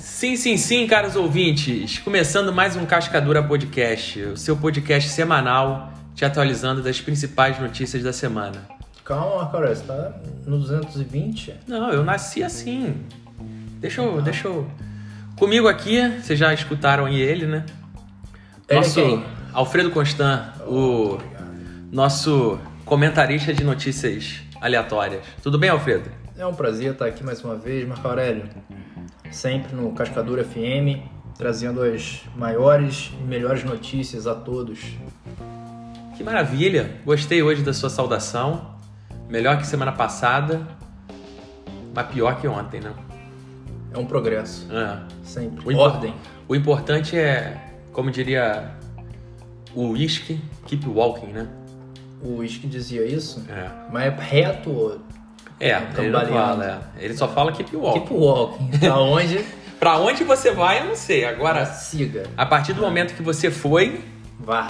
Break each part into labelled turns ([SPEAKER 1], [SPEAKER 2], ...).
[SPEAKER 1] Sim, sim, sim, caros ouvintes! Começando mais um Cascadura Podcast, o seu podcast semanal te atualizando das principais notícias da semana.
[SPEAKER 2] Calma, cara, você tá no 220?
[SPEAKER 1] Não, eu nasci assim. Deixa eu. Deixa eu... Comigo aqui, vocês já escutaram aí ele, né?
[SPEAKER 2] Ele
[SPEAKER 1] Nosso
[SPEAKER 2] é quem?
[SPEAKER 1] Alfredo Constant, o nosso comentarista de notícias aleatórias. Tudo bem, Alfredo?
[SPEAKER 2] É um prazer estar aqui mais uma vez, Marco Aurélio. Sempre no Cascadura FM, trazendo as maiores e melhores notícias a todos.
[SPEAKER 1] Que maravilha! Gostei hoje da sua saudação. Melhor que semana passada, mas pior que ontem, né?
[SPEAKER 2] É um progresso,
[SPEAKER 1] Ah.
[SPEAKER 2] sempre.
[SPEAKER 1] O impor-
[SPEAKER 2] Ordem.
[SPEAKER 1] O importante é, como diria o whisky, keep walking, né?
[SPEAKER 2] O uísque dizia isso,
[SPEAKER 1] É.
[SPEAKER 2] mas é reto ou
[SPEAKER 1] É, ele não
[SPEAKER 2] Cambaleando.
[SPEAKER 1] fala, é. Ele só fala keep walking.
[SPEAKER 2] tipo walking, pra onde
[SPEAKER 1] Pra onde você vai, eu não sei. Agora,
[SPEAKER 2] siga,
[SPEAKER 1] a partir do momento que você foi,
[SPEAKER 2] vá,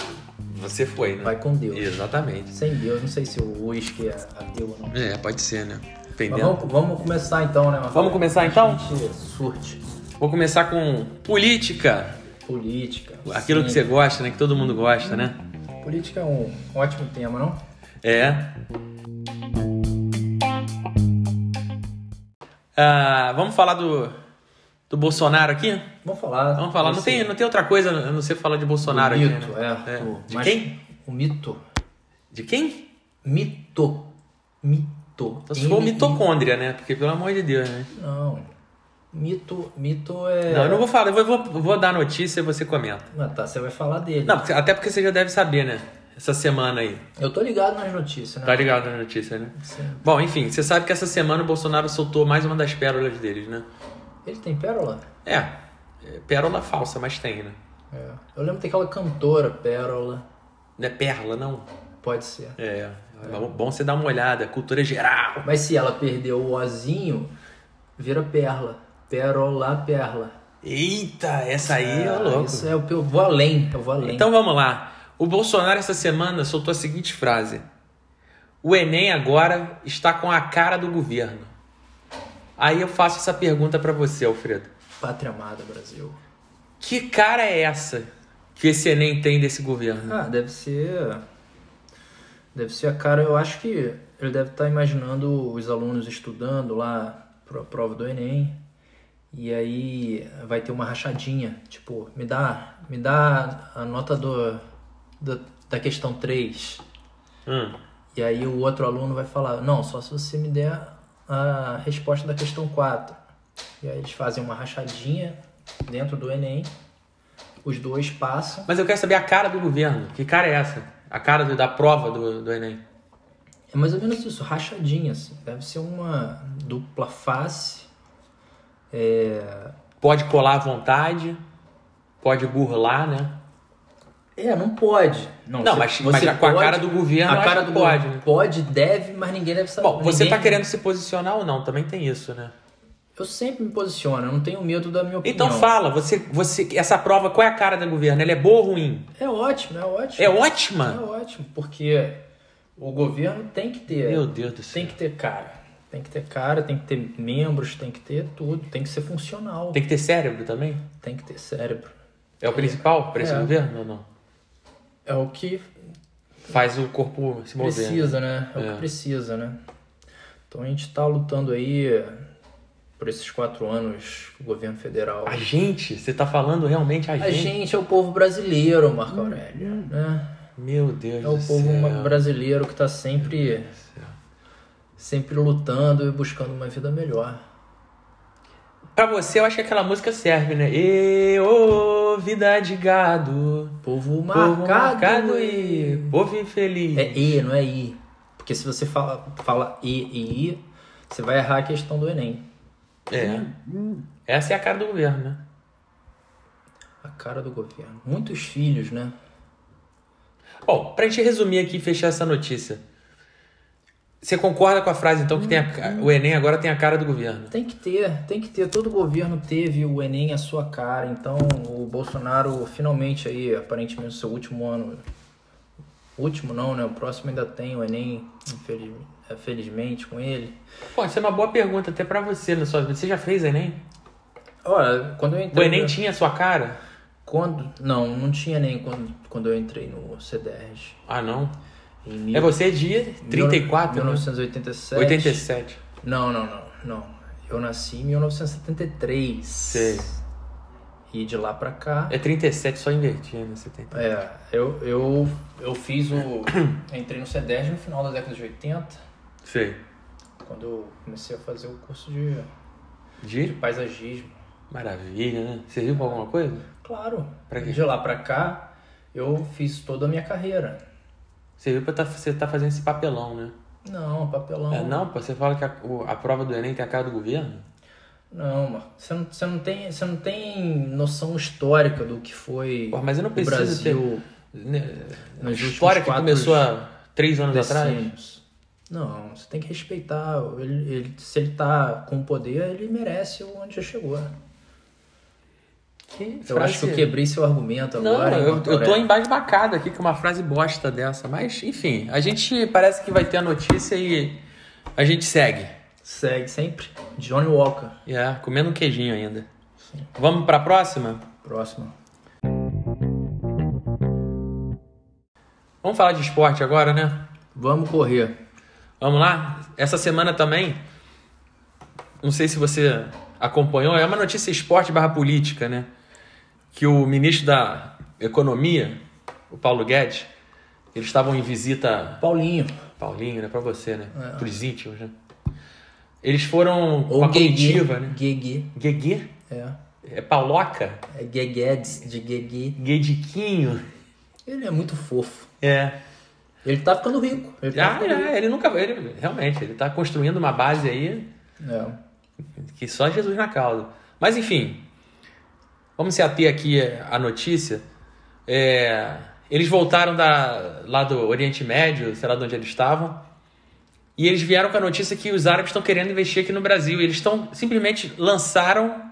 [SPEAKER 1] você foi, né?
[SPEAKER 2] vai com Deus.
[SPEAKER 1] Exatamente.
[SPEAKER 2] Sem Deus, não sei se o uísque é ateu ou não.
[SPEAKER 1] É, pode ser, né?
[SPEAKER 2] Mas
[SPEAKER 1] Dependendo.
[SPEAKER 2] vamos, vamos começar então, né, Marco?
[SPEAKER 1] Vamos começar, então?
[SPEAKER 2] A gente surte.
[SPEAKER 1] Vou começar com política.
[SPEAKER 2] Política.
[SPEAKER 1] Aquilo que você gosta, né? Que todo mundo gosta, né?
[SPEAKER 2] você. Política é um ótimo tema, não?
[SPEAKER 1] É. Ah, vamos falar do, do Bolsonaro aqui?
[SPEAKER 2] Vamos falar.
[SPEAKER 1] Vamos falar. Não
[SPEAKER 2] desse
[SPEAKER 1] tem, não tem outra coisa a não ser falar de Bolsonaro aqui.
[SPEAKER 2] mito,
[SPEAKER 1] né?
[SPEAKER 2] é.
[SPEAKER 1] É.
[SPEAKER 2] O,
[SPEAKER 1] De
[SPEAKER 2] mas-
[SPEAKER 1] quem?
[SPEAKER 2] O mito.
[SPEAKER 1] De quem?
[SPEAKER 2] Mito. Mito.
[SPEAKER 1] Então, se for
[SPEAKER 2] M-
[SPEAKER 1] mitocôndria, né? Porque, pelo amor de Deus, né?
[SPEAKER 2] Não. Mito, mito é.
[SPEAKER 1] Não, eu não vou falar. Eu vou, vou, vou dar a notícia e você comenta.
[SPEAKER 2] Ah, tá, você vai falar dele.
[SPEAKER 1] Não, porque- até porque você já deve saber, né? Essa semana aí.
[SPEAKER 2] Eu tô ligado nas notícias, né?
[SPEAKER 1] Tá ligado na notícia, né?
[SPEAKER 2] Sim.
[SPEAKER 1] Bom, enfim, você sabe que essa semana o Bolsonaro soltou mais uma das pérolas deles, né?
[SPEAKER 2] Ele tem pérola?
[SPEAKER 1] É, é, pérola falsa, mas tem, né?
[SPEAKER 2] É. Eu lembro daquela cantora, Pérola.
[SPEAKER 1] Não é perla, não?
[SPEAKER 2] Pode ser.
[SPEAKER 1] É. Bom, bom você dar uma olhada, cultura geral.
[SPEAKER 2] Mas se ela perdeu o ozinho, vira pérola. Pérola, pérola.
[SPEAKER 1] Eita, essa aí é,
[SPEAKER 2] Ah,
[SPEAKER 1] louco.
[SPEAKER 2] Isso é o que eu vou além. Eu vou além.
[SPEAKER 1] Então vamos lá. O Bolsonaro essa semana soltou a seguinte frase: O Enem agora está com a cara do governo. Aí eu faço essa pergunta pra você, Alfredo.
[SPEAKER 2] Pátria amada, Brasil.
[SPEAKER 1] Que cara é essa que esse Enem tem desse governo?
[SPEAKER 2] Ah, deve ser. Deve ser a cara. Eu acho que ele deve estar imaginando os alunos estudando lá para a prova do Enem. E aí vai ter uma rachadinha. Tipo, me dá, me dá a nota do, do- da questão 3.
[SPEAKER 1] Hum.
[SPEAKER 2] E aí o outro aluno vai falar: Não, só se você me der a resposta da questão 4. E aí eles fazem uma rachadinha dentro do Enem. Os dois passam.
[SPEAKER 1] Mas eu quero saber a cara do governo. Que cara é essa? A cara do- da prova do, do Enem.
[SPEAKER 2] É mais ou menos isso, rachadinha, assim. Deve ser uma dupla face.
[SPEAKER 1] Pode colar à vontade, pode burlar, né?
[SPEAKER 2] É, não pode. Não,
[SPEAKER 1] Não,
[SPEAKER 2] você-
[SPEAKER 1] mas-
[SPEAKER 2] você
[SPEAKER 1] mas já com a
[SPEAKER 2] pode-
[SPEAKER 1] cara do governo, eu
[SPEAKER 2] a
[SPEAKER 1] acho
[SPEAKER 2] cara
[SPEAKER 1] que
[SPEAKER 2] do
[SPEAKER 1] pode,
[SPEAKER 2] governo
[SPEAKER 1] né?
[SPEAKER 2] Pode, deve, mas ninguém deve saber.
[SPEAKER 1] Bom, você tá
[SPEAKER 2] ninguém-
[SPEAKER 1] querendo se posicionar ou não? Também tem isso, né?
[SPEAKER 2] Eu sempre me posiciono, eu não tenho medo da minha opinião.
[SPEAKER 1] Então fala, você, você, essa prova, qual é a cara do governo? Ela é boa ou ruim?
[SPEAKER 2] É ótimo, é ótimo.
[SPEAKER 1] É
[SPEAKER 2] É
[SPEAKER 1] ótima?
[SPEAKER 2] ótimo, porque o governo tem que ter.
[SPEAKER 1] Meu Deus do céu.
[SPEAKER 2] é. Tem que ter cara. Tem que ter cara, tem que ter membros, tem que ter tudo. Tem que ser funcional.
[SPEAKER 1] Tem que ter cérebro também?
[SPEAKER 2] tem que ter cérebro.
[SPEAKER 1] É o principal pra esse
[SPEAKER 2] É.
[SPEAKER 1] governo ou não?
[SPEAKER 2] É o que
[SPEAKER 1] Faz o corpo se mover.
[SPEAKER 2] Precisa, né? É, o
[SPEAKER 1] É.
[SPEAKER 2] que precisa, né? Então a gente tá lutando aí por esses quatro anos o governo federal.
[SPEAKER 1] A gente? Você tá falando realmente a,
[SPEAKER 2] A
[SPEAKER 1] gente? Hum.
[SPEAKER 2] gente é o povo brasileiro, Marco Aurélio. Né?
[SPEAKER 1] Meu Deus
[SPEAKER 2] É o
[SPEAKER 1] do
[SPEAKER 2] povo
[SPEAKER 1] céu.
[SPEAKER 2] ma- brasileiro que tá sempre, sempre lutando e buscando uma vida melhor.
[SPEAKER 1] Pra você, eu acho que aquela música serve, né? E, ô, vida de gado.
[SPEAKER 2] Povo marcado,
[SPEAKER 1] Povo marcado e povo infeliz.
[SPEAKER 2] É E, não é I. Porque se você fala, fala E e I, você vai errar a questão do Enem.
[SPEAKER 1] É. Essa é a cara do governo, né?
[SPEAKER 2] A cara do governo. Muitos filhos, né?
[SPEAKER 1] Bom, pra gente resumir aqui e fechar essa notícia. Você concorda com a frase, então, que tem a
[SPEAKER 2] Uhum.
[SPEAKER 1] ca- o Enem agora tem a cara do governo?
[SPEAKER 2] Tem que ter, tem que ter. Todo governo teve o Enem à sua cara. Então o Bolsonaro finalmente aí, aparentemente no seu último ano O último não, né? O próximo ainda tem o Enem, infeliz- eh, felizmente, com ele.
[SPEAKER 1] Pô, isso é uma boa pergunta até pra você na sua vida. Você já fez Enem?
[SPEAKER 2] Olha, quando eu
[SPEAKER 1] O
[SPEAKER 2] entrei...
[SPEAKER 1] Enem
[SPEAKER 2] eu-
[SPEAKER 1] tinha a sua cara?
[SPEAKER 2] Quando... Não, não tinha Enem quando, quando eu entrei no CDRs.
[SPEAKER 1] Ah, não.
[SPEAKER 2] Em mil-
[SPEAKER 1] É você de 34, né?
[SPEAKER 2] 1987.
[SPEAKER 1] 87.
[SPEAKER 2] Não, não, não, não. Eu nasci em 1973.
[SPEAKER 1] Sei.
[SPEAKER 2] E de lá pra cá.
[SPEAKER 1] É 37, só invertindo. né? 70.
[SPEAKER 2] É, eu, eu, eu fiz o. eu entrei no CEDES no final da década de 80,
[SPEAKER 1] Sei.
[SPEAKER 2] quando eu comecei a fazer o curso de, de
[SPEAKER 1] De?
[SPEAKER 2] paisagismo.
[SPEAKER 1] Maravilha, né? Serviu pra alguma coisa?
[SPEAKER 2] Claro,
[SPEAKER 1] Pra quê?
[SPEAKER 2] de lá pra cá, eu fiz toda a minha carreira.
[SPEAKER 1] Serviu pra tá- você tá fazendo esse papelão, né?
[SPEAKER 2] Não, papelão.
[SPEAKER 1] É, não, pô, você fala que a, o- a prova do Enem tem a cara do governo?
[SPEAKER 2] Não, Marco. Você não, você, não tem, você não tem noção histórica do que foi
[SPEAKER 1] Pô, mas eu não
[SPEAKER 2] o
[SPEAKER 1] preciso
[SPEAKER 2] Brasil
[SPEAKER 1] ter. Né, a
[SPEAKER 2] Nos
[SPEAKER 1] história
[SPEAKER 2] últimos
[SPEAKER 1] que
[SPEAKER 2] quatro
[SPEAKER 1] começou há três anos atrás?
[SPEAKER 2] decínios. Não, você tem que respeitar. Ele, ele- se ele tá com poder, ele merece onde já chegou.
[SPEAKER 1] Que
[SPEAKER 2] Eu acho que eu quebrei seu argumento
[SPEAKER 1] Não,
[SPEAKER 2] agora. é.
[SPEAKER 1] eu,
[SPEAKER 2] hein,
[SPEAKER 1] eu tô
[SPEAKER 2] Aurélio?
[SPEAKER 1] embasbacado aqui com uma frase bosta dessa. Mas, enfim, a gente parece que vai ter a notícia e a gente segue.
[SPEAKER 2] Segue sempre. Johnny Walker.
[SPEAKER 1] É, comendo um queijinho ainda. Vamos pra próxima?
[SPEAKER 2] Próximo.
[SPEAKER 1] Vamos falar de esporte agora, né?
[SPEAKER 2] Vamos correr.
[SPEAKER 1] Vamos lá? Essa semana também, não sei se você acompanhou, é uma notícia esporte barra política, né? Que o ministro da Economia, o Paulo Guedes, eles estavam em visita
[SPEAKER 2] Paulinho.
[SPEAKER 1] Paulinho, né? Pra você, né? Pros íntimos, né? Eles foram com
[SPEAKER 2] Ou
[SPEAKER 1] a
[SPEAKER 2] Guegue.
[SPEAKER 1] comitiva, né?
[SPEAKER 2] Guegue.
[SPEAKER 1] Guegue?
[SPEAKER 2] É.
[SPEAKER 1] É Pauloca?
[SPEAKER 2] É Gueguedes de Guegue.
[SPEAKER 1] Guediquinho?
[SPEAKER 2] Ele é muito fofo.
[SPEAKER 1] É.
[SPEAKER 2] Ele tá ficando rico. Ele tá
[SPEAKER 1] Ah, é, ele nunca... Ele, realmente, ele tá construindo uma base aí
[SPEAKER 2] ficando- É.
[SPEAKER 1] que só Jesus na causa. Mas, enfim. Vamos se ater aqui à notícia. É, eles voltaram da, lá do Oriente Médio, sei lá de onde eles estavam. E eles vieram com a notícia que os árabes estão querendo investir aqui no Brasil. E eles estão simplesmente lançaram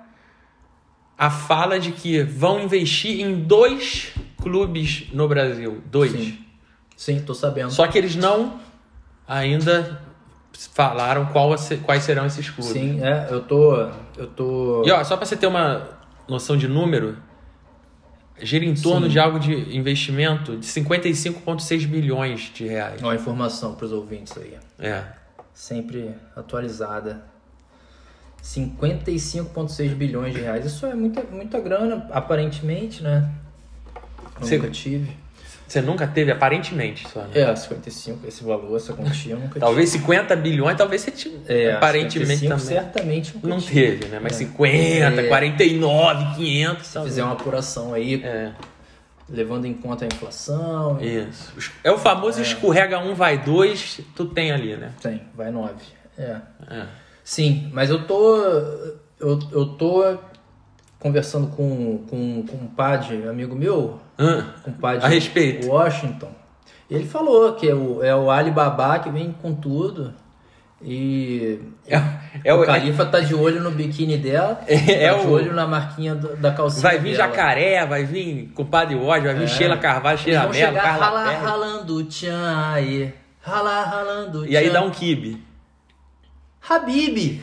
[SPEAKER 1] a fala de que vão investir em dois clubes no Brasil. Dois.
[SPEAKER 2] Sim. Sim, tô sabendo.
[SPEAKER 1] Só que eles não ainda falaram qual, a se- quais serão esses clubes.
[SPEAKER 2] Sim, é. Eu tô. Eu tô.
[SPEAKER 1] E ó, só pra você ter uma noção de número, gira em torno de algo de investimento de 55,6 bilhões de reais.
[SPEAKER 2] Ó, informação pros ouvintes aí.
[SPEAKER 1] É.
[SPEAKER 2] sempre atualizada. 55,6 bilhões de reais. Isso é muita, muita grana, aparentemente, né? Eu
[SPEAKER 1] Sim.
[SPEAKER 2] nunca tive.
[SPEAKER 1] Você nunca teve, aparentemente, só. né?
[SPEAKER 2] É, 55, esse valor, essa quantia, eu nunca
[SPEAKER 1] Talvez 50 bilhões, talvez você tive.
[SPEAKER 2] tive. É,
[SPEAKER 1] aparentemente
[SPEAKER 2] 55
[SPEAKER 1] também.
[SPEAKER 2] certamente nunca
[SPEAKER 1] Não
[SPEAKER 2] tive.
[SPEAKER 1] teve, né? Mas 50,
[SPEAKER 2] É.
[SPEAKER 1] 49, 500,
[SPEAKER 2] Se
[SPEAKER 1] talvez.
[SPEAKER 2] fizer um uma apuração aí,
[SPEAKER 1] É,
[SPEAKER 2] levando em conta a inflação,
[SPEAKER 1] isso. É o famoso escorrega um, vai dois, tu tem ali, né?
[SPEAKER 2] tem, vai 9. É.
[SPEAKER 1] É.
[SPEAKER 2] Sim, mas eu tô. Eu, eu tô conversando com, com, com um padre, amigo meu,
[SPEAKER 1] Hã?
[SPEAKER 2] compadre
[SPEAKER 1] A respeito.
[SPEAKER 2] Washington. Ele falou que é o, é o Alibaba que vem com tudo. E
[SPEAKER 1] É, é
[SPEAKER 2] o
[SPEAKER 1] o,
[SPEAKER 2] Califa tá de olho no biquíni dela,
[SPEAKER 1] É,
[SPEAKER 2] tá
[SPEAKER 1] é
[SPEAKER 2] de
[SPEAKER 1] o-
[SPEAKER 2] olho na marquinha do- da calcinha.
[SPEAKER 1] Vai vir
[SPEAKER 2] dela.
[SPEAKER 1] jacaré, vai vir compadre Ward, vai vir Sheila Carvalho,
[SPEAKER 2] É. Eles
[SPEAKER 1] Sheila
[SPEAKER 2] vão
[SPEAKER 1] Mello,
[SPEAKER 2] chegar
[SPEAKER 1] Carla
[SPEAKER 2] rala,
[SPEAKER 1] Perez.
[SPEAKER 2] ralando tchan aí. Rala, ralando
[SPEAKER 1] E aí
[SPEAKER 2] tchan.
[SPEAKER 1] dá um kibe.
[SPEAKER 2] Habib!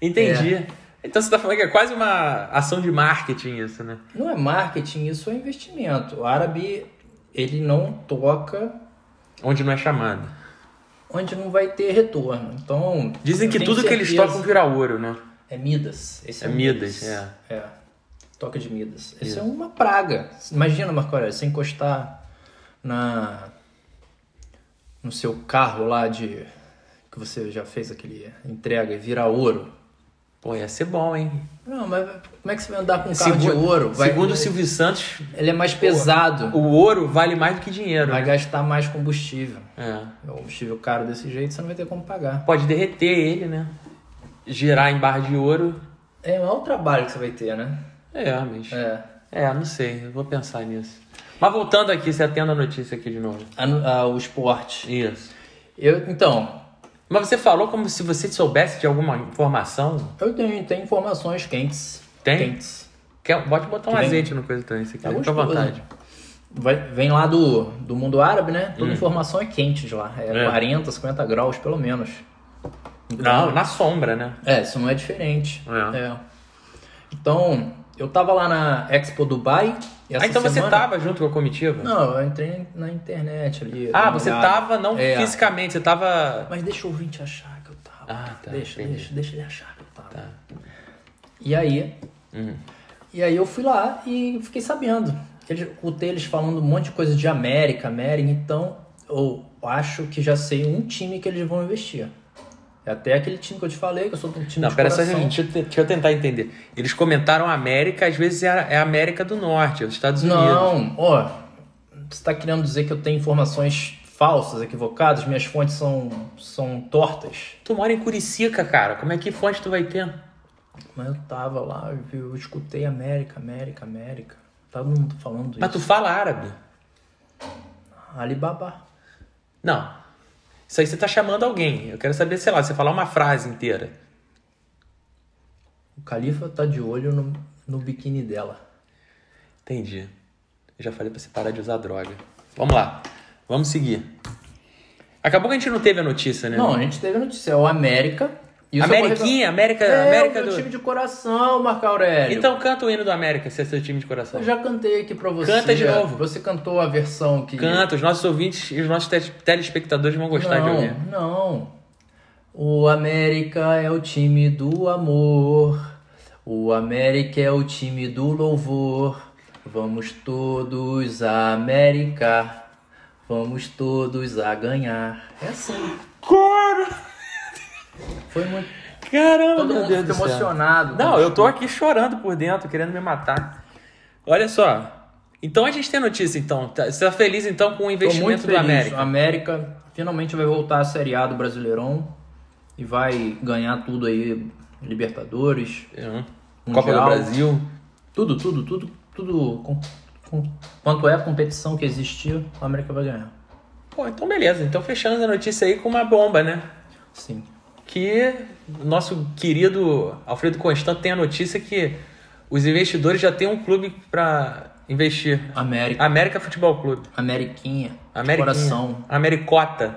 [SPEAKER 1] Entendi. Então você tá falando que é quase uma ação de marketing isso, né?
[SPEAKER 2] Não é marketing, isso é investimento. O árabe, ele não toca
[SPEAKER 1] Onde não é chamado.
[SPEAKER 2] onde não vai ter retorno. Então.
[SPEAKER 1] Dizem
[SPEAKER 2] eu
[SPEAKER 1] que
[SPEAKER 2] tenho
[SPEAKER 1] tudo que eles
[SPEAKER 2] certeza-
[SPEAKER 1] tocam vira ouro, né?
[SPEAKER 2] É Midas. Esse é,
[SPEAKER 1] É Midas, é.
[SPEAKER 2] É. Toca de Midas. Isso é uma praga. Imagina, Marco Aurélio, você encostar na no seu carro lá de que você já fez aquele entrega e virar ouro.
[SPEAKER 1] Pô, ia ser bom, hein?
[SPEAKER 2] Não, mas como é que você vai andar com um carro de
[SPEAKER 1] Segundo-
[SPEAKER 2] ouro? Vai-
[SPEAKER 1] Segundo o Silvio Santos,
[SPEAKER 2] ele é mais pesado.
[SPEAKER 1] o ouro vale mais do que dinheiro.
[SPEAKER 2] Vai gastar mais combustível.
[SPEAKER 1] É.
[SPEAKER 2] É um combustível caro desse jeito, você não vai ter como pagar.
[SPEAKER 1] Pode derreter ele, né? Girar em barra de ouro.
[SPEAKER 2] É o maior trabalho que você vai ter, né?
[SPEAKER 1] É, mas.
[SPEAKER 2] É.
[SPEAKER 1] É, não sei, eu vou pensar nisso. Mas voltando aqui, você atenda a notícia aqui de novo.
[SPEAKER 2] A no- a- o esporte.
[SPEAKER 1] Isso.
[SPEAKER 2] Eu, então,
[SPEAKER 1] Mas você falou como se você soubesse de alguma informação.
[SPEAKER 2] Eu tenho, tenho informações quentes.
[SPEAKER 1] Tem?
[SPEAKER 2] Quentes.
[SPEAKER 1] Quer, pode botar um
[SPEAKER 2] Que vem-
[SPEAKER 1] azeite no coisa também, se
[SPEAKER 2] Tá
[SPEAKER 1] quiser. Fica à
[SPEAKER 2] gostoso.
[SPEAKER 1] vontade.
[SPEAKER 2] vai- vem lá do, do mundo árabe, né? Toda informação é quente de lá. É,
[SPEAKER 1] Hum. É.
[SPEAKER 2] 40, 50 graus, pelo menos. Então,
[SPEAKER 1] Não, na sombra, né?
[SPEAKER 2] É, isso não é diferente.
[SPEAKER 1] É.
[SPEAKER 2] É. Então, eu tava lá na Expo Dubai. e Essa
[SPEAKER 1] ah, então você
[SPEAKER 2] semana-
[SPEAKER 1] tava junto com a comitiva?
[SPEAKER 2] Não, eu entrei na internet ali. dei
[SPEAKER 1] Ah,
[SPEAKER 2] uma
[SPEAKER 1] você
[SPEAKER 2] olhada.
[SPEAKER 1] tava não
[SPEAKER 2] É.
[SPEAKER 1] fisicamente, você tava.
[SPEAKER 2] Mas deixa o ouvinte achar que eu tava.
[SPEAKER 1] Ah, tá,
[SPEAKER 2] Deixa,
[SPEAKER 1] entendi. Tá.
[SPEAKER 2] deixa, deixa ele achar que eu tava. E aí,
[SPEAKER 1] Hum.
[SPEAKER 2] e aí eu fui lá e fiquei sabendo. Eles, escutei eles falando um monte de coisa de América, América, então eu acho que já sei um time que eles vão investir. É até aquele time que eu te falei, que eu sou do time
[SPEAKER 1] Não,
[SPEAKER 2] de
[SPEAKER 1] pera só,
[SPEAKER 2] coração.
[SPEAKER 1] gente, deixa, eu te- deixa eu tentar entender. Eles comentaram América, às vezes é a, é a América do Norte, é os Estados Unidos.
[SPEAKER 2] Não, ó, você tá querendo dizer que eu tenho informações falsas, equivocadas, minhas fontes são, são tortas.
[SPEAKER 1] Tu mora em Curicica, cara. Como é que fonte tu vai ter?
[SPEAKER 2] Mas eu tava lá, eu, vi- eu escutei América, América, América. Todo mundo falando
[SPEAKER 1] Mas
[SPEAKER 2] isso.
[SPEAKER 1] tu fala árabe.
[SPEAKER 2] Alibaba.
[SPEAKER 1] Não. Isso aí você tá chamando alguém. Eu quero saber, sei lá, você falar uma frase inteira.
[SPEAKER 2] O Califa tá de olho no, no biquíni dela.
[SPEAKER 1] Entendi. Eu já falei pra você parar de usar droga. Vamos lá. Vamos seguir. Acabou que a gente não teve a notícia, né?
[SPEAKER 2] Não, a gente teve a notícia, é o América. e isso eu vou
[SPEAKER 1] Ameriquinha, América,
[SPEAKER 2] revelar- É,
[SPEAKER 1] América
[SPEAKER 2] o
[SPEAKER 1] do.
[SPEAKER 2] meu time de coração, Marco Aurélio.
[SPEAKER 1] Então canta o hino do América, se é seu time de coração.
[SPEAKER 2] Eu já cantei aqui pra você.
[SPEAKER 1] Canta de novo.
[SPEAKER 2] Você cantou a versão que...
[SPEAKER 1] Canta, os nossos ouvintes e os nossos te- telespectadores vão gostar de
[SPEAKER 2] não,
[SPEAKER 1] ouvir.
[SPEAKER 2] Não. O América é o time do amor. O América é o time do louvor. Vamos todos à América. Vamos todos a ganhar. É assim. Foi muito.
[SPEAKER 1] Caramba,
[SPEAKER 2] Todo
[SPEAKER 1] meu
[SPEAKER 2] mundo
[SPEAKER 1] Deus
[SPEAKER 2] fica
[SPEAKER 1] do céu.
[SPEAKER 2] emocionado.
[SPEAKER 1] Não, eu tô aqui chorando por dentro, querendo me matar. Olha só. Então a gente tem notícia, então. Tá- Você tá feliz, então, com o
[SPEAKER 2] Tô
[SPEAKER 1] investimento
[SPEAKER 2] muito feliz.
[SPEAKER 1] do América?
[SPEAKER 2] O América finalmente vai voltar a Série A do Brasileirão e vai ganhar tudo aí, Libertadores,
[SPEAKER 1] Uhum.
[SPEAKER 2] Ah. Mundial.
[SPEAKER 1] Copa do Brasil.
[SPEAKER 2] Tudo, tudo, tudo, tudo. Com, com- quanto é a competição que existia, o América vai ganhar.
[SPEAKER 1] Pô, então beleza. Então fechamos a notícia aí com uma bomba, né?
[SPEAKER 2] Sim.
[SPEAKER 1] Que o nosso querido Alfredo Constant tem a notícia que os investidores já têm um clube pra investir.
[SPEAKER 2] América.
[SPEAKER 1] América Futebol Clube.
[SPEAKER 2] Ameriquinha. de
[SPEAKER 1] Ameriquinha.
[SPEAKER 2] Coração.
[SPEAKER 1] Americota.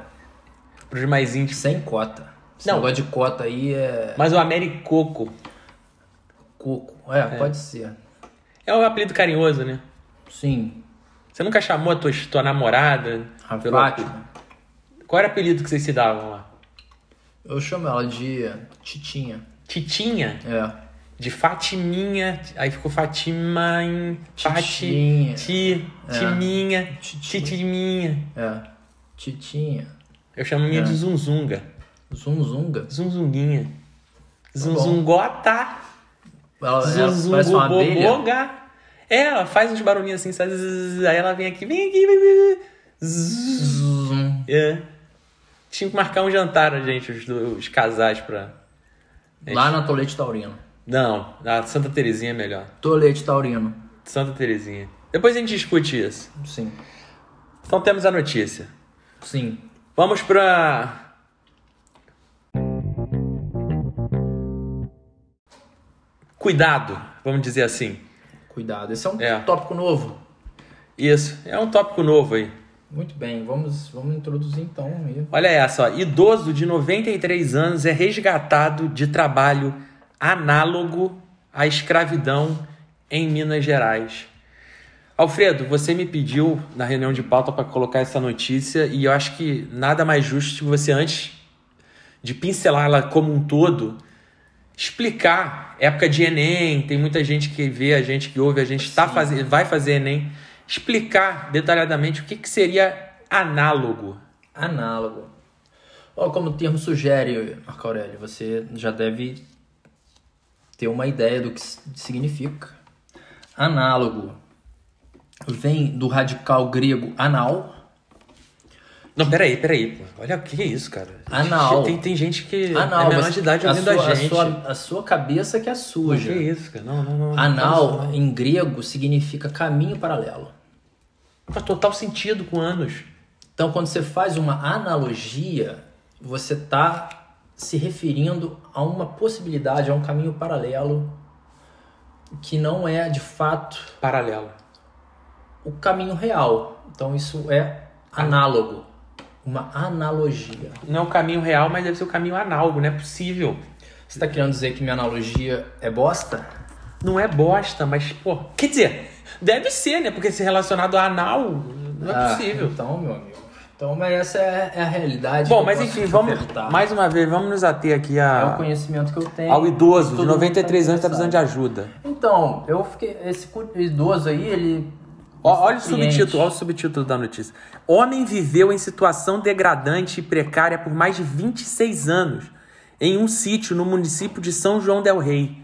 [SPEAKER 1] Pros mais íntimos.
[SPEAKER 2] Sem cota. Esse
[SPEAKER 1] Não.
[SPEAKER 2] negócio de cota aí é
[SPEAKER 1] Mas o Americoco
[SPEAKER 2] coco. É, pode ser.
[SPEAKER 1] é um apelido carinhoso, né?
[SPEAKER 2] Sim.
[SPEAKER 1] Você nunca chamou a tua, tua namorada?
[SPEAKER 2] A
[SPEAKER 1] pelo apelido?
[SPEAKER 2] Fátima.
[SPEAKER 1] Qual era o apelido que vocês se davam lá?
[SPEAKER 2] Eu chamo ela de Titinha.
[SPEAKER 1] Titinha?
[SPEAKER 2] É.
[SPEAKER 1] De Fatiminha. Aí ficou Fatima em... Fati...
[SPEAKER 2] Titinha.
[SPEAKER 1] Ti... Timinha.
[SPEAKER 2] Titinha.
[SPEAKER 1] Titiminha.
[SPEAKER 2] É. Titinha.
[SPEAKER 1] Eu chamo
[SPEAKER 2] É.
[SPEAKER 1] minha de Zunzunga.
[SPEAKER 2] Zunzunga. Tá
[SPEAKER 1] Zunzunguinha. Zunzungota.
[SPEAKER 2] Ela, ela parece uma abelha.
[SPEAKER 1] Zunzunguboboga. É, ela faz uns barulhinhos assim, sabe? Zzz, Aí ela vem aqui, vem aqui, vem, vem, vem. Zzz.
[SPEAKER 2] Zum.
[SPEAKER 1] É. Tinha que marcar um jantar, a gente, os, do- os casais pra.
[SPEAKER 2] Lá na Tolete Taurino.
[SPEAKER 1] Não, a Santa Terezinha é melhor.
[SPEAKER 2] Tolete Taurino.
[SPEAKER 1] Santa Terezinha. Depois a gente discute isso.
[SPEAKER 2] Sim.
[SPEAKER 1] Então temos a notícia.
[SPEAKER 2] Sim.
[SPEAKER 1] Vamos pra. Cuidado, vamos dizer assim.
[SPEAKER 2] Cuidado. Esse é um
[SPEAKER 1] É.
[SPEAKER 2] tópico novo.
[SPEAKER 1] Isso, é um tópico novo aí.
[SPEAKER 2] Muito bem, vamos, vamos introduzir então. aí.
[SPEAKER 1] Olha essa, ó. idoso de 93 anos é resgatado de trabalho análogo à escravidão em Minas Gerais. Alfredo, você me pediu na reunião de pauta para colocar essa notícia e eu acho que nada mais justo que você, antes de pincelá-la como um todo, explicar. Época de Enem, tem muita gente que vê a gente, que ouve a gente, tá faze- vai fazer Enem. Explicar detalhadamente o que, que seria análogo.
[SPEAKER 2] Análogo. Ó, como o termo sugere, Marco Aurélio, você já deve ter uma ideia do que s- significa. Análogo vem do radical grego anal.
[SPEAKER 1] Não, peraí, peraí. pô. Olha o que é isso, cara.
[SPEAKER 2] Anal.
[SPEAKER 1] Tem, tem gente que
[SPEAKER 2] Anal.
[SPEAKER 1] é menor
[SPEAKER 2] você-
[SPEAKER 1] de idade
[SPEAKER 2] a
[SPEAKER 1] ouvindo a,
[SPEAKER 2] sua,
[SPEAKER 1] gente.
[SPEAKER 2] sua, a sua cabeça que é
[SPEAKER 1] O que
[SPEAKER 2] suja.
[SPEAKER 1] é isso, cara? Não, não, não. Fala isso,
[SPEAKER 2] Anal, em grego, significa caminho paralelo.
[SPEAKER 1] não. Faz total sentido com anos.
[SPEAKER 2] Então, quando você faz uma analogia, você está se referindo a uma possibilidade, a um caminho paralelo que não é de fato
[SPEAKER 1] Paralelo.
[SPEAKER 2] o caminho real. Então isso é análogo, uma analogia.
[SPEAKER 1] Não é o caminho real, mas deve ser o caminho análogo, não é possível.
[SPEAKER 2] Você tá querendo dizer que minha analogia é bosta?
[SPEAKER 1] Não é bosta, mas, pô. Quer dizer, deve ser, né? Porque se relacionado a anal, não é
[SPEAKER 2] Ah,
[SPEAKER 1] possível.
[SPEAKER 2] Então, meu amigo. Então, mas essa é, é a realidade. que
[SPEAKER 1] Bom,
[SPEAKER 2] eu
[SPEAKER 1] mas
[SPEAKER 2] posso
[SPEAKER 1] enfim,
[SPEAKER 2] te
[SPEAKER 1] vamos.
[SPEAKER 2] ofertar.
[SPEAKER 1] Mais uma vez, vamos nos ater aqui
[SPEAKER 2] É o
[SPEAKER 1] a,
[SPEAKER 2] conhecimento que eu tenho.
[SPEAKER 1] ao idoso de
[SPEAKER 2] Todo mundo tá
[SPEAKER 1] 93 anos que tá precisando de
[SPEAKER 2] interessado.
[SPEAKER 1] ajuda.
[SPEAKER 2] Então, eu fiquei. Esse cu- idoso aí, ele.
[SPEAKER 1] Ó, olha o
[SPEAKER 2] surpreende.
[SPEAKER 1] subtítulo, olha o subtítulo da notícia. Homem viveu em situação degradante e precária por mais de 26 anos em um sítio no município de São João del Rei.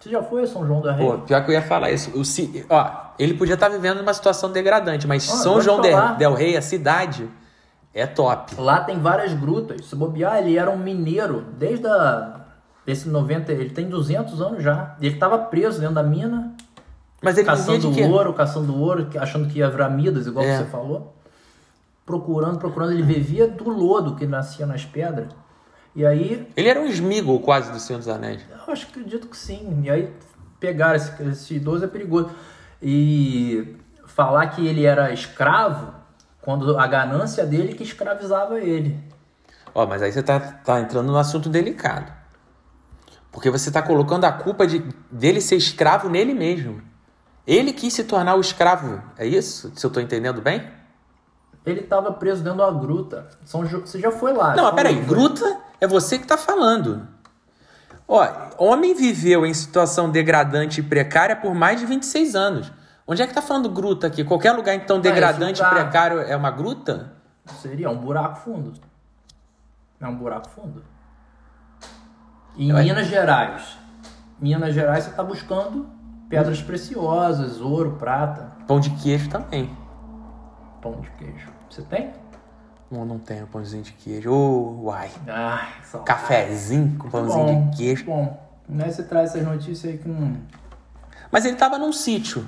[SPEAKER 2] Você já foi a São João da Rei?
[SPEAKER 1] Pô, pior que eu ia falar isso. O si- Ó, ele podia estar vivendo numa situação degradante, mas
[SPEAKER 2] Ah,
[SPEAKER 1] São
[SPEAKER 2] pode
[SPEAKER 1] João
[SPEAKER 2] falar.
[SPEAKER 1] del, del Rei, a cidade, é top.
[SPEAKER 2] Lá tem várias grutas. Se bobear, ele era um mineiro desde a... esse 90, ele tem 200 anos já. Ele estava preso dentro da mina,
[SPEAKER 1] Mas ele vivia
[SPEAKER 2] caçando
[SPEAKER 1] de quê?
[SPEAKER 2] ouro, caçando ouro, achando que ia virar Midas, igual
[SPEAKER 1] É.
[SPEAKER 2] você falou. Procurando, procurando, ele vivia do lodo que nascia nas pedras. E aí,
[SPEAKER 1] Ele era um Smigol quase do Senhor dos Anéis.
[SPEAKER 2] eu acho que acredito que sim. E aí pegar esse, esse idoso é perigoso. E falar que ele era escravo, quando a ganância dele que escravizava ele.
[SPEAKER 1] Ó, mas aí você tá, tá entrando num assunto delicado. Porque você tá colocando a culpa de, dele ser escravo nele mesmo. Ele quis se tornar o escravo. É isso? Se eu tô entendendo bem?
[SPEAKER 2] Ele estava preso dentro de uma gruta. São Jo- Você já foi lá?
[SPEAKER 1] Não, mas
[SPEAKER 2] São
[SPEAKER 1] peraí,
[SPEAKER 2] Jo-
[SPEAKER 1] gruta é você que tá falando. Ó, homem viveu em situação degradante e precária por mais de 26 anos. Onde é que tá falando gruta aqui? Qualquer lugar então
[SPEAKER 2] isso
[SPEAKER 1] degradante
[SPEAKER 2] tá-
[SPEAKER 1] e precário é uma gruta?
[SPEAKER 2] Seria um buraco fundo. É um buraco fundo. E em
[SPEAKER 1] Eu-
[SPEAKER 2] Minas Gerais. Minas Gerais você está buscando pedras preciosas, ouro, prata,
[SPEAKER 1] Pão de queijo também.
[SPEAKER 2] pão de queijo. Você tem?
[SPEAKER 1] Não, não tem pãozinho de queijo. Ô, uai.
[SPEAKER 2] Ah, que saudade.
[SPEAKER 1] Cafezinho com pãozinho
[SPEAKER 2] Tá Bom,
[SPEAKER 1] de queijo.
[SPEAKER 2] Bom, né, você traz essas notícias aí que não...
[SPEAKER 1] Mas ele tava num sítio.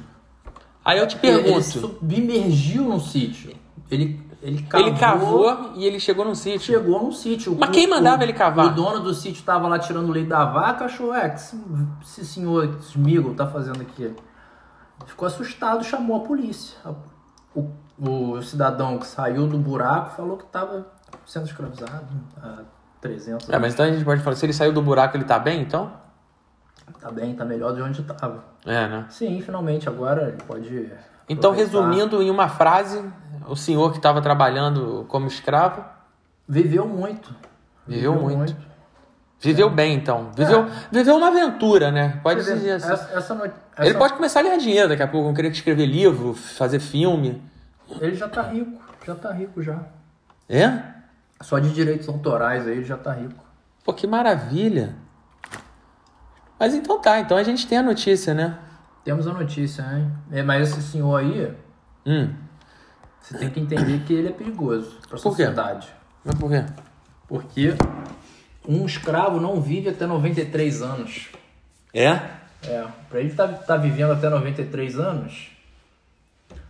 [SPEAKER 1] Aí eu te
[SPEAKER 2] Ele, ele
[SPEAKER 1] pergunto.
[SPEAKER 2] submergiu num sítio. Ele, ele cavou...
[SPEAKER 1] Ele cavou e ele chegou num sítio.
[SPEAKER 2] chegou num sítio.
[SPEAKER 1] Mas quem mandava ele cavar?
[SPEAKER 2] O dono do sítio tava lá tirando leite da vaca, achou, é, que esse, esse senhor Smigol tá fazendo aqui? Ficou assustado, chamou a polícia. A- O, o cidadão que saiu do buraco falou que tava sendo escravizado tá há 300
[SPEAKER 1] É, mas então a gente pode falar, se ele saiu do buraco, ele tá bem, então?
[SPEAKER 2] Tá bem, tá melhor de onde tava.
[SPEAKER 1] É, né?
[SPEAKER 2] Sim, finalmente, agora ele pode...
[SPEAKER 1] Então,
[SPEAKER 2] aproveitar.
[SPEAKER 1] resumindo em uma frase, o senhor que estava trabalhando como escravo
[SPEAKER 2] Viveu muito.
[SPEAKER 1] Viveu muito. viveu
[SPEAKER 2] É.
[SPEAKER 1] bem, então. Viveu, viveu uma aventura, né? Pode
[SPEAKER 2] Quer
[SPEAKER 1] se
[SPEAKER 2] dizer,
[SPEAKER 1] dizer assim.
[SPEAKER 2] essa, essa, no-
[SPEAKER 1] Ele
[SPEAKER 2] essa-
[SPEAKER 1] pode começar a ganhar dinheiro daqui a pouco, eu querer escrever livro, fazer filme.
[SPEAKER 2] ele já tá rico, já tá rico já.
[SPEAKER 1] É?
[SPEAKER 2] Só de direitos autorais aí ele já tá rico.
[SPEAKER 1] Pô, que maravilha. Mas então tá, então a gente tem a notícia, né?
[SPEAKER 2] Temos a notícia, hein? É, mas esse senhor aí,
[SPEAKER 1] Hum.
[SPEAKER 2] você tem que entender que ele é perigoso pra
[SPEAKER 1] Por quê?
[SPEAKER 2] sociedade.
[SPEAKER 1] Mas por quê?
[SPEAKER 2] Porque um escravo não vive até 93 anos.
[SPEAKER 1] É?
[SPEAKER 2] É, pra ele estar tá, tá vivendo até 93 anos,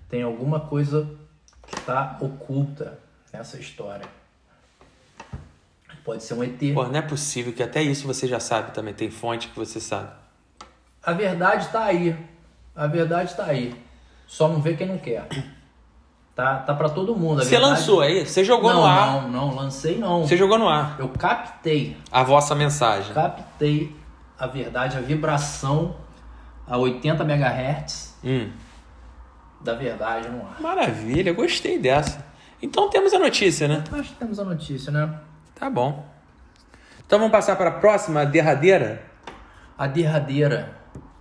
[SPEAKER 2] tem alguma coisa que tá oculta nessa história. Pode ser um ET.
[SPEAKER 1] Pô, não é possível que até isso você já sabe também. Tem fonte que você sabe.
[SPEAKER 2] A verdade tá aí. A verdade tá aí. Só não vê quem não quer. Tá, tá para todo mundo. a
[SPEAKER 1] Você
[SPEAKER 2] verdade-
[SPEAKER 1] lançou aí? Você jogou
[SPEAKER 2] não,
[SPEAKER 1] no ar.
[SPEAKER 2] Não, não, lancei não.
[SPEAKER 1] Você jogou no ar
[SPEAKER 2] Eu captei,
[SPEAKER 1] a vossa mensagem.
[SPEAKER 2] captei a verdade, a vibração a 80 MHz
[SPEAKER 1] Hum.
[SPEAKER 2] da verdade no ar.
[SPEAKER 1] Maravilha, gostei dessa. Então temos a notícia, né?
[SPEAKER 2] Acho que temos a notícia, né?
[SPEAKER 1] Tá bom. Então vamos passar para a próxima, a derradeira.
[SPEAKER 2] A derradeira.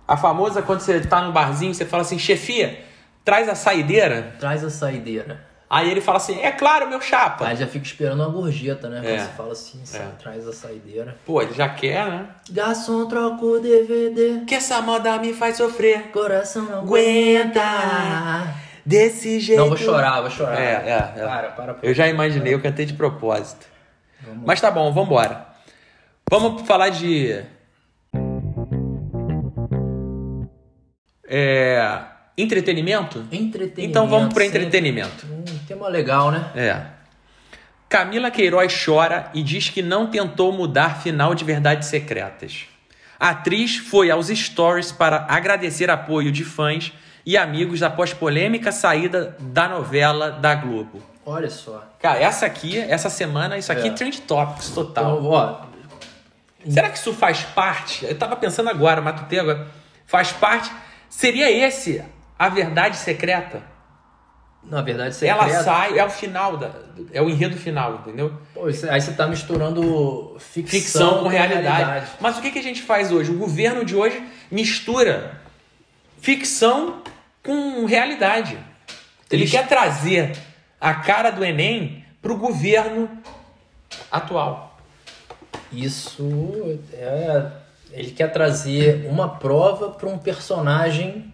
[SPEAKER 1] A famosa quando você tá no barzinho, você fala assim, chefia, traz a saideira.
[SPEAKER 2] Traz a saideira.
[SPEAKER 1] Aí ele fala assim, é claro, meu chapa.
[SPEAKER 2] Aí já fica esperando uma gorjeta, né? Quando
[SPEAKER 1] É.
[SPEAKER 2] você fala assim, sa-
[SPEAKER 1] É.
[SPEAKER 2] traz a saideira.
[SPEAKER 1] Pô, ele já quer, né?
[SPEAKER 2] Garçom, troca o DVD.
[SPEAKER 1] Que essa moda me faz sofrer.
[SPEAKER 2] Coração não
[SPEAKER 1] Aguenta. Desse jeito.
[SPEAKER 2] Não, vou chorar, vou chorar.
[SPEAKER 1] É, é, é.
[SPEAKER 2] Para, para. para.
[SPEAKER 1] Eu já imaginei, eu cantei de propósito.
[SPEAKER 2] Vamos.
[SPEAKER 1] Mas tá bom, vambora. Vamos falar de. É. Entretenimento?
[SPEAKER 2] Entretenimento.
[SPEAKER 1] Então vamos pro
[SPEAKER 2] sempre.
[SPEAKER 1] entretenimento.
[SPEAKER 2] Hum, tema legal, né?
[SPEAKER 1] É. Camila Queiroz chora e diz que não tentou mudar final de Verdades Secretas. A atriz foi aos stories para agradecer apoio de fãs e amigos após polêmica saída da novela da Globo.
[SPEAKER 2] Olha só.
[SPEAKER 1] Cara, essa aqui, essa semana, isso aqui é,
[SPEAKER 2] É.
[SPEAKER 1] trend topics total.
[SPEAKER 2] Então, ó,
[SPEAKER 1] Será que isso faz parte? Eu tava pensando agora, matutei agora. Faz parte. Seria esse a verdade secreta?
[SPEAKER 2] na verdade, você
[SPEAKER 1] Ela sai, é o final, da, é o enredo final, entendeu?
[SPEAKER 2] aí você tá misturando ficção,
[SPEAKER 1] Ficção com realidade. Mas o que, que a gente faz hoje? O governo de hoje mistura ficção com realidade. Ele
[SPEAKER 2] Eles-
[SPEAKER 1] quer trazer a cara do Enem pro governo atual.
[SPEAKER 2] Isso é. Ele quer trazer uma prova pra um personagem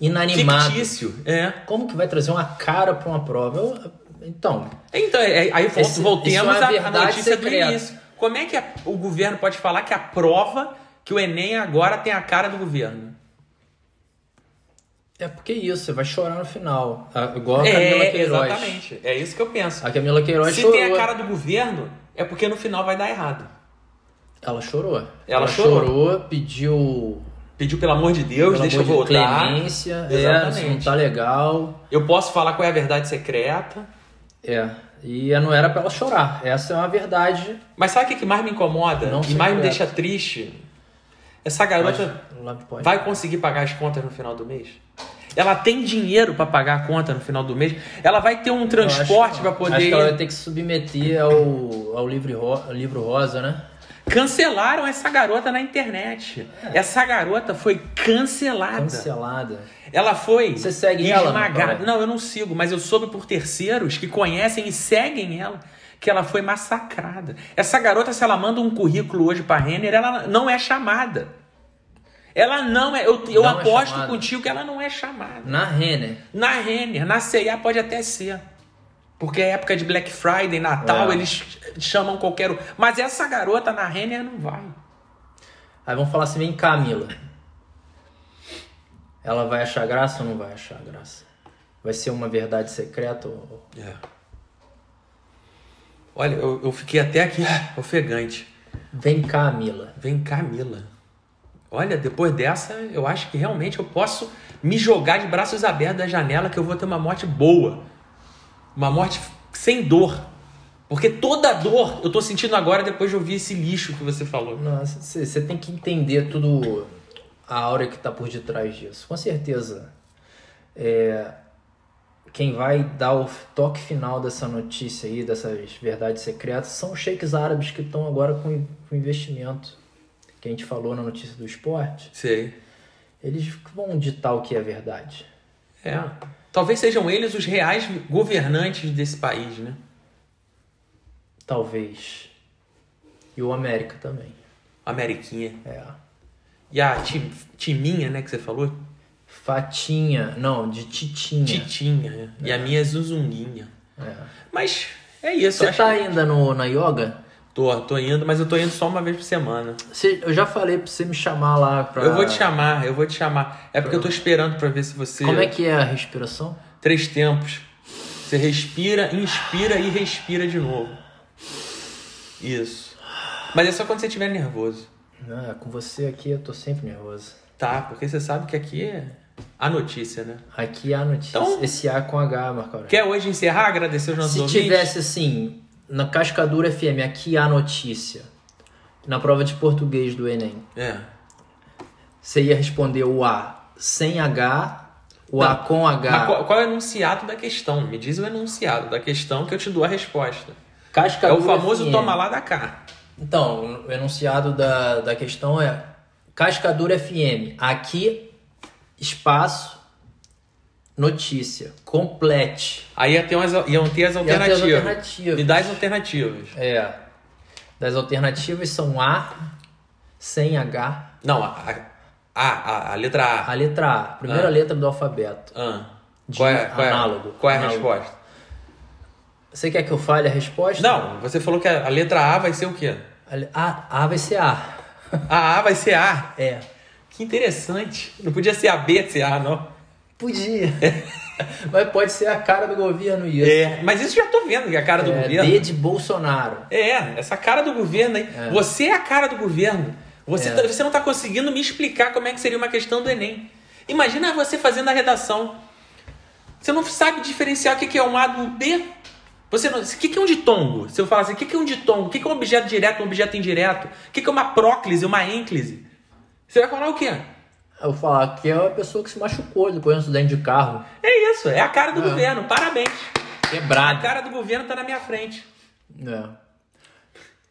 [SPEAKER 2] inanimado.
[SPEAKER 1] Fictício. É.
[SPEAKER 2] Como que vai trazer uma cara pra uma prova? Eu- então,
[SPEAKER 1] Então, é- é- aí vol-
[SPEAKER 2] Esse-
[SPEAKER 1] voltemos
[SPEAKER 2] isso
[SPEAKER 1] à
[SPEAKER 2] é a
[SPEAKER 1] à
[SPEAKER 2] verdade
[SPEAKER 1] notícia
[SPEAKER 2] secreta.
[SPEAKER 1] do início. Como é que a- o governo pode falar que a prova que o Enem agora tem a cara do governo?
[SPEAKER 2] é porque isso, você vai chorar no final. Ah, Igual a Camila
[SPEAKER 1] É,
[SPEAKER 2] Queiroz.
[SPEAKER 1] exatamente. É isso que eu penso.
[SPEAKER 2] A Camila Queiroz
[SPEAKER 1] Se
[SPEAKER 2] chorou.
[SPEAKER 1] tem a cara do governo, é porque no final vai dar errado.
[SPEAKER 2] Ela chorou. Ela,
[SPEAKER 1] chorou.
[SPEAKER 2] pediu.
[SPEAKER 1] Pediu, pelo amor de Deus,
[SPEAKER 2] pelo
[SPEAKER 1] deixa
[SPEAKER 2] amor de
[SPEAKER 1] eu voltar.
[SPEAKER 2] Clemência. É,
[SPEAKER 1] Exatamente.
[SPEAKER 2] isso não tá legal.
[SPEAKER 1] Eu posso falar qual é a verdade secreta.
[SPEAKER 2] É. E não era pra ela chorar. Essa é uma verdade.
[SPEAKER 1] Mas sabe o que que mais me incomoda
[SPEAKER 2] Não
[SPEAKER 1] e mais me
[SPEAKER 2] secreta.
[SPEAKER 1] deixa triste? Essa garota
[SPEAKER 2] Mas lá pode.
[SPEAKER 1] vai conseguir pagar as contas no final do mês? Ela tem dinheiro pra pagar a conta no final do mês? Ela vai ter um
[SPEAKER 2] Eu acho-
[SPEAKER 1] transporte pra
[SPEAKER 2] Acho
[SPEAKER 1] poder.
[SPEAKER 2] que ela vai ter que se submeter ao, ao livro, ro- livro rosa, né?
[SPEAKER 1] Cancelaram essa garota na internet.
[SPEAKER 2] É.
[SPEAKER 1] Essa garota foi cancelada.
[SPEAKER 2] Cancelada.
[SPEAKER 1] Ela foi
[SPEAKER 2] Você segue ela,
[SPEAKER 1] esmagada.
[SPEAKER 2] Macaulay?
[SPEAKER 1] não, eu não sigo, mas eu soube por terceiros que conhecem e seguem ela que ela foi massacrada. Essa garota, se ela manda um currículo hoje pra Renner, ela não é chamada. Ela não é. Eu, eu
[SPEAKER 2] Não é
[SPEAKER 1] aposto
[SPEAKER 2] chamada.
[SPEAKER 1] contigo que ela não é chamada.
[SPEAKER 2] Na Renner.
[SPEAKER 1] Na Renner, na CIA pode até ser. Porque é época de Black Friday, Natal,
[SPEAKER 2] É.
[SPEAKER 1] eles chamam qualquer um. Mas essa garota na Renner não vai.
[SPEAKER 2] Aí vamos falar assim, vem Camila. Ela vai achar graça ou não vai achar graça? Vai ser uma verdade secreta? Ou...
[SPEAKER 1] É. Olha, eu, eu fiquei até aqui ofegante.
[SPEAKER 2] Vem Camila.
[SPEAKER 1] Vem cá, Mila. Olha, depois dessa, eu acho que realmente eu posso me jogar de braços abertos da janela que eu vou ter uma morte boa. Uma morte sem dor. Porque toda dor eu tô sentindo agora depois de ouvir esse lixo que você falou.
[SPEAKER 2] Nossa, você tem que entender tudo a aura que tá por detrás disso. Com certeza. É, quem vai dar o toque final dessa notícia aí, dessas verdades secretas, são os sheiks árabes que estão agora com, com investimento. Que a gente falou na notícia do esporte.
[SPEAKER 1] Sei.
[SPEAKER 2] Eles vão ditar o que é verdade.
[SPEAKER 1] É. Talvez sejam eles os reais governantes desse país, né?
[SPEAKER 2] Talvez. E o América também.
[SPEAKER 1] Ameriquinha.
[SPEAKER 2] É.
[SPEAKER 1] E a ti- Timinha, né, que você falou?
[SPEAKER 2] Fatinha. Não, de Titinha.
[SPEAKER 1] Titinha. né? E a minha é Zuzunguinha.
[SPEAKER 2] É.
[SPEAKER 1] Mas é isso.
[SPEAKER 2] Você
[SPEAKER 1] acho
[SPEAKER 2] tá ainda no, na yoga?
[SPEAKER 1] Tô, tô indo, mas eu tô indo só uma vez por semana.
[SPEAKER 2] Você- eu já falei pra você me chamar lá pra.
[SPEAKER 1] Eu vou te chamar, eu vou te chamar. É porque eu tô esperando pra ver se você.
[SPEAKER 2] Como é que é a respiração?
[SPEAKER 1] Três tempos. Você respira, inspira e respira de novo. Isso. Mas é só quando você estiver nervoso,
[SPEAKER 2] Ah, com você aqui eu tô sempre nervoso.
[SPEAKER 1] tá? Porque você sabe que aqui é a notícia, né?
[SPEAKER 2] Aqui há notícia.
[SPEAKER 1] Então-
[SPEAKER 2] Esse A com H, Marco Aurélio.
[SPEAKER 1] Quer hoje encerrar? Agradecer os nossos
[SPEAKER 2] Se
[SPEAKER 1] ouvintes?
[SPEAKER 2] tivesse assim, na Cascadura FM, aqui há notícia. Na prova de português do Enem,
[SPEAKER 1] É.
[SPEAKER 2] você ia responder o A sem H, o A com H.
[SPEAKER 1] Mas qual, qual é o enunciado da questão? Me diz o enunciado da questão que eu te dou a resposta.
[SPEAKER 2] Casca
[SPEAKER 1] É o
[SPEAKER 2] Dura
[SPEAKER 1] famoso
[SPEAKER 2] FM.
[SPEAKER 1] toma lá da cá.
[SPEAKER 2] Então, o enunciado da, da questão é Cascadura FM. Aqui, espaço, notícia. Complete.
[SPEAKER 1] Aí ia ter umas, iam ter as
[SPEAKER 2] E até as
[SPEAKER 1] alternativas.
[SPEAKER 2] alternativas.
[SPEAKER 1] Me dá as alternativas.
[SPEAKER 2] É. Das alternativas são A, sem H.
[SPEAKER 1] Não, a, a, a, a letra A.
[SPEAKER 2] A letra A, primeira
[SPEAKER 1] Ah.
[SPEAKER 2] letra do alfabeto.
[SPEAKER 1] Ah,
[SPEAKER 2] De
[SPEAKER 1] qual é, qual é-
[SPEAKER 2] análogo.
[SPEAKER 1] Qual é a
[SPEAKER 2] Análogo.
[SPEAKER 1] resposta?
[SPEAKER 2] Você quer que eu fale a resposta?
[SPEAKER 1] Não, você falou que a a letra A vai ser o quê?
[SPEAKER 2] A le- A, A vai ser A.
[SPEAKER 1] A A vai ser A.
[SPEAKER 2] É.
[SPEAKER 1] Que interessante. Não podia ser a B, ser A, não.
[SPEAKER 2] Podia. Mas pode ser a cara do governo isso.
[SPEAKER 1] É, mas isso já tô vendo que é a cara do
[SPEAKER 2] É,
[SPEAKER 1] governo.
[SPEAKER 2] D de Bolsonaro.
[SPEAKER 1] É, essa cara do governo aí. Você é a cara do governo. Você,
[SPEAKER 2] É.
[SPEAKER 1] tá- você não tá conseguindo me explicar como é que seria uma questão do Enem. Imagina você fazendo a redação. Você não sabe diferenciar o que que é um A do B. Você não, o que que é um ditongo? Se eu falar assim, o que que é um ditongo? O que que é um objeto direto, um objeto indireto? O que que é uma próclise, uma ênclise? Você vai falar o quê?
[SPEAKER 2] Eu vou falar que é uma pessoa que se machucou depois do acidente de carro.
[SPEAKER 1] É isso, é a cara do governo. Parabéns. A
[SPEAKER 2] Quebrada.
[SPEAKER 1] cara do governo tá na minha frente.
[SPEAKER 2] É.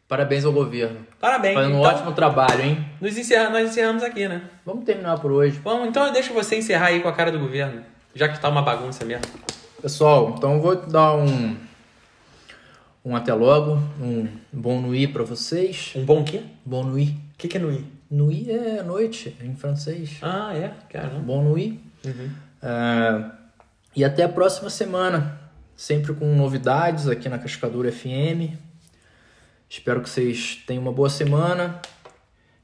[SPEAKER 2] Parabéns ao governo.
[SPEAKER 1] Parabéns.
[SPEAKER 2] Fazendo um
[SPEAKER 1] Então,
[SPEAKER 2] ótimo trabalho, hein?
[SPEAKER 1] nos encerra, nós encerramos aqui, né?
[SPEAKER 2] Vamos terminar por hoje.
[SPEAKER 1] Bom, então eu deixo você encerrar aí com a cara do governo, já que tá uma bagunça mesmo.
[SPEAKER 2] Pessoal, então eu vou dar um um até logo, um bom nui pra vocês.
[SPEAKER 1] Um bom quê?
[SPEAKER 2] Bom nui.
[SPEAKER 1] O que, que é nui?
[SPEAKER 2] Nui é noite em francês.
[SPEAKER 1] Ah, é? Caramba.
[SPEAKER 2] Bom nui. Ah, e até a próxima semana, sempre com novidades aqui na Cascadura FM. Espero que vocês tenham uma boa semana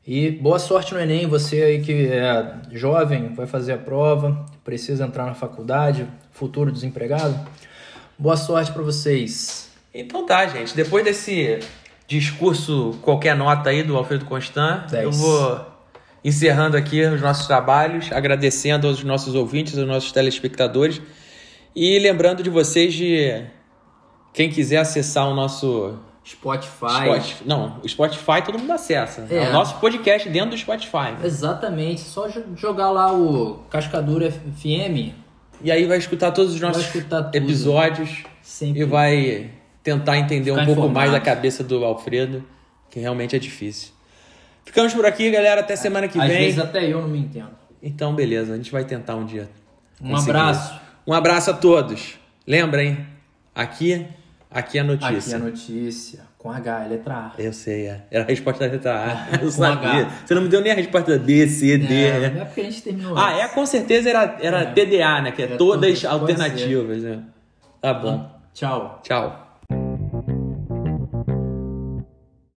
[SPEAKER 2] e boa sorte no Enem. Você aí que é jovem, vai fazer a prova, precisa entrar na faculdade, futuro desempregado. Boa sorte para vocês.
[SPEAKER 1] Então tá, gente. Depois desse discurso, qualquer nota aí do Alfredo Constant,
[SPEAKER 2] Dez.
[SPEAKER 1] eu vou encerrando aqui os nossos trabalhos, agradecendo aos nossos ouvintes, aos nossos telespectadores. E lembrando de vocês de quem quiser acessar o nosso
[SPEAKER 2] Spotify.
[SPEAKER 1] Spotify. Não, o Spotify todo mundo acessa.
[SPEAKER 2] É.
[SPEAKER 1] É o nosso podcast dentro do Spotify. né?
[SPEAKER 2] Exatamente, só jo- jogar lá o Cascadura FM,
[SPEAKER 1] E aí vai escutar todos os nossos
[SPEAKER 2] escutar tudo.
[SPEAKER 1] episódios
[SPEAKER 2] sempre
[SPEAKER 1] e vai tentar entender
[SPEAKER 2] Ficar
[SPEAKER 1] um pouco
[SPEAKER 2] informado.
[SPEAKER 1] mais da cabeça do Alfredo, que realmente é difícil. Ficamos por aqui, galera. Até semana que
[SPEAKER 2] Às
[SPEAKER 1] vem.
[SPEAKER 2] vezes até eu não me entendo.
[SPEAKER 1] Então, beleza. A gente vai tentar um dia.
[SPEAKER 2] Um
[SPEAKER 1] conseguir.
[SPEAKER 2] abraço.
[SPEAKER 1] Um abraço a todos. Lembra, hein? Aqui, aqui é
[SPEAKER 2] Aqui
[SPEAKER 1] notícia.
[SPEAKER 2] a notícia. Com H, letra A.
[SPEAKER 1] Eu sei, é. era a resposta da letra A.
[SPEAKER 2] Com
[SPEAKER 1] Eu sabia.
[SPEAKER 2] H.
[SPEAKER 1] Você não me deu nem a resposta B, C, D. né?
[SPEAKER 2] não é porque a gente terminou.
[SPEAKER 1] Ah, é, com certeza era, era
[SPEAKER 2] É.
[SPEAKER 1] TDA, né? Que é,
[SPEAKER 2] Era
[SPEAKER 1] todas
[SPEAKER 2] todas, Hum. pode
[SPEAKER 1] alternativas, né? Tá bom.
[SPEAKER 2] Tchau.
[SPEAKER 1] Tchau.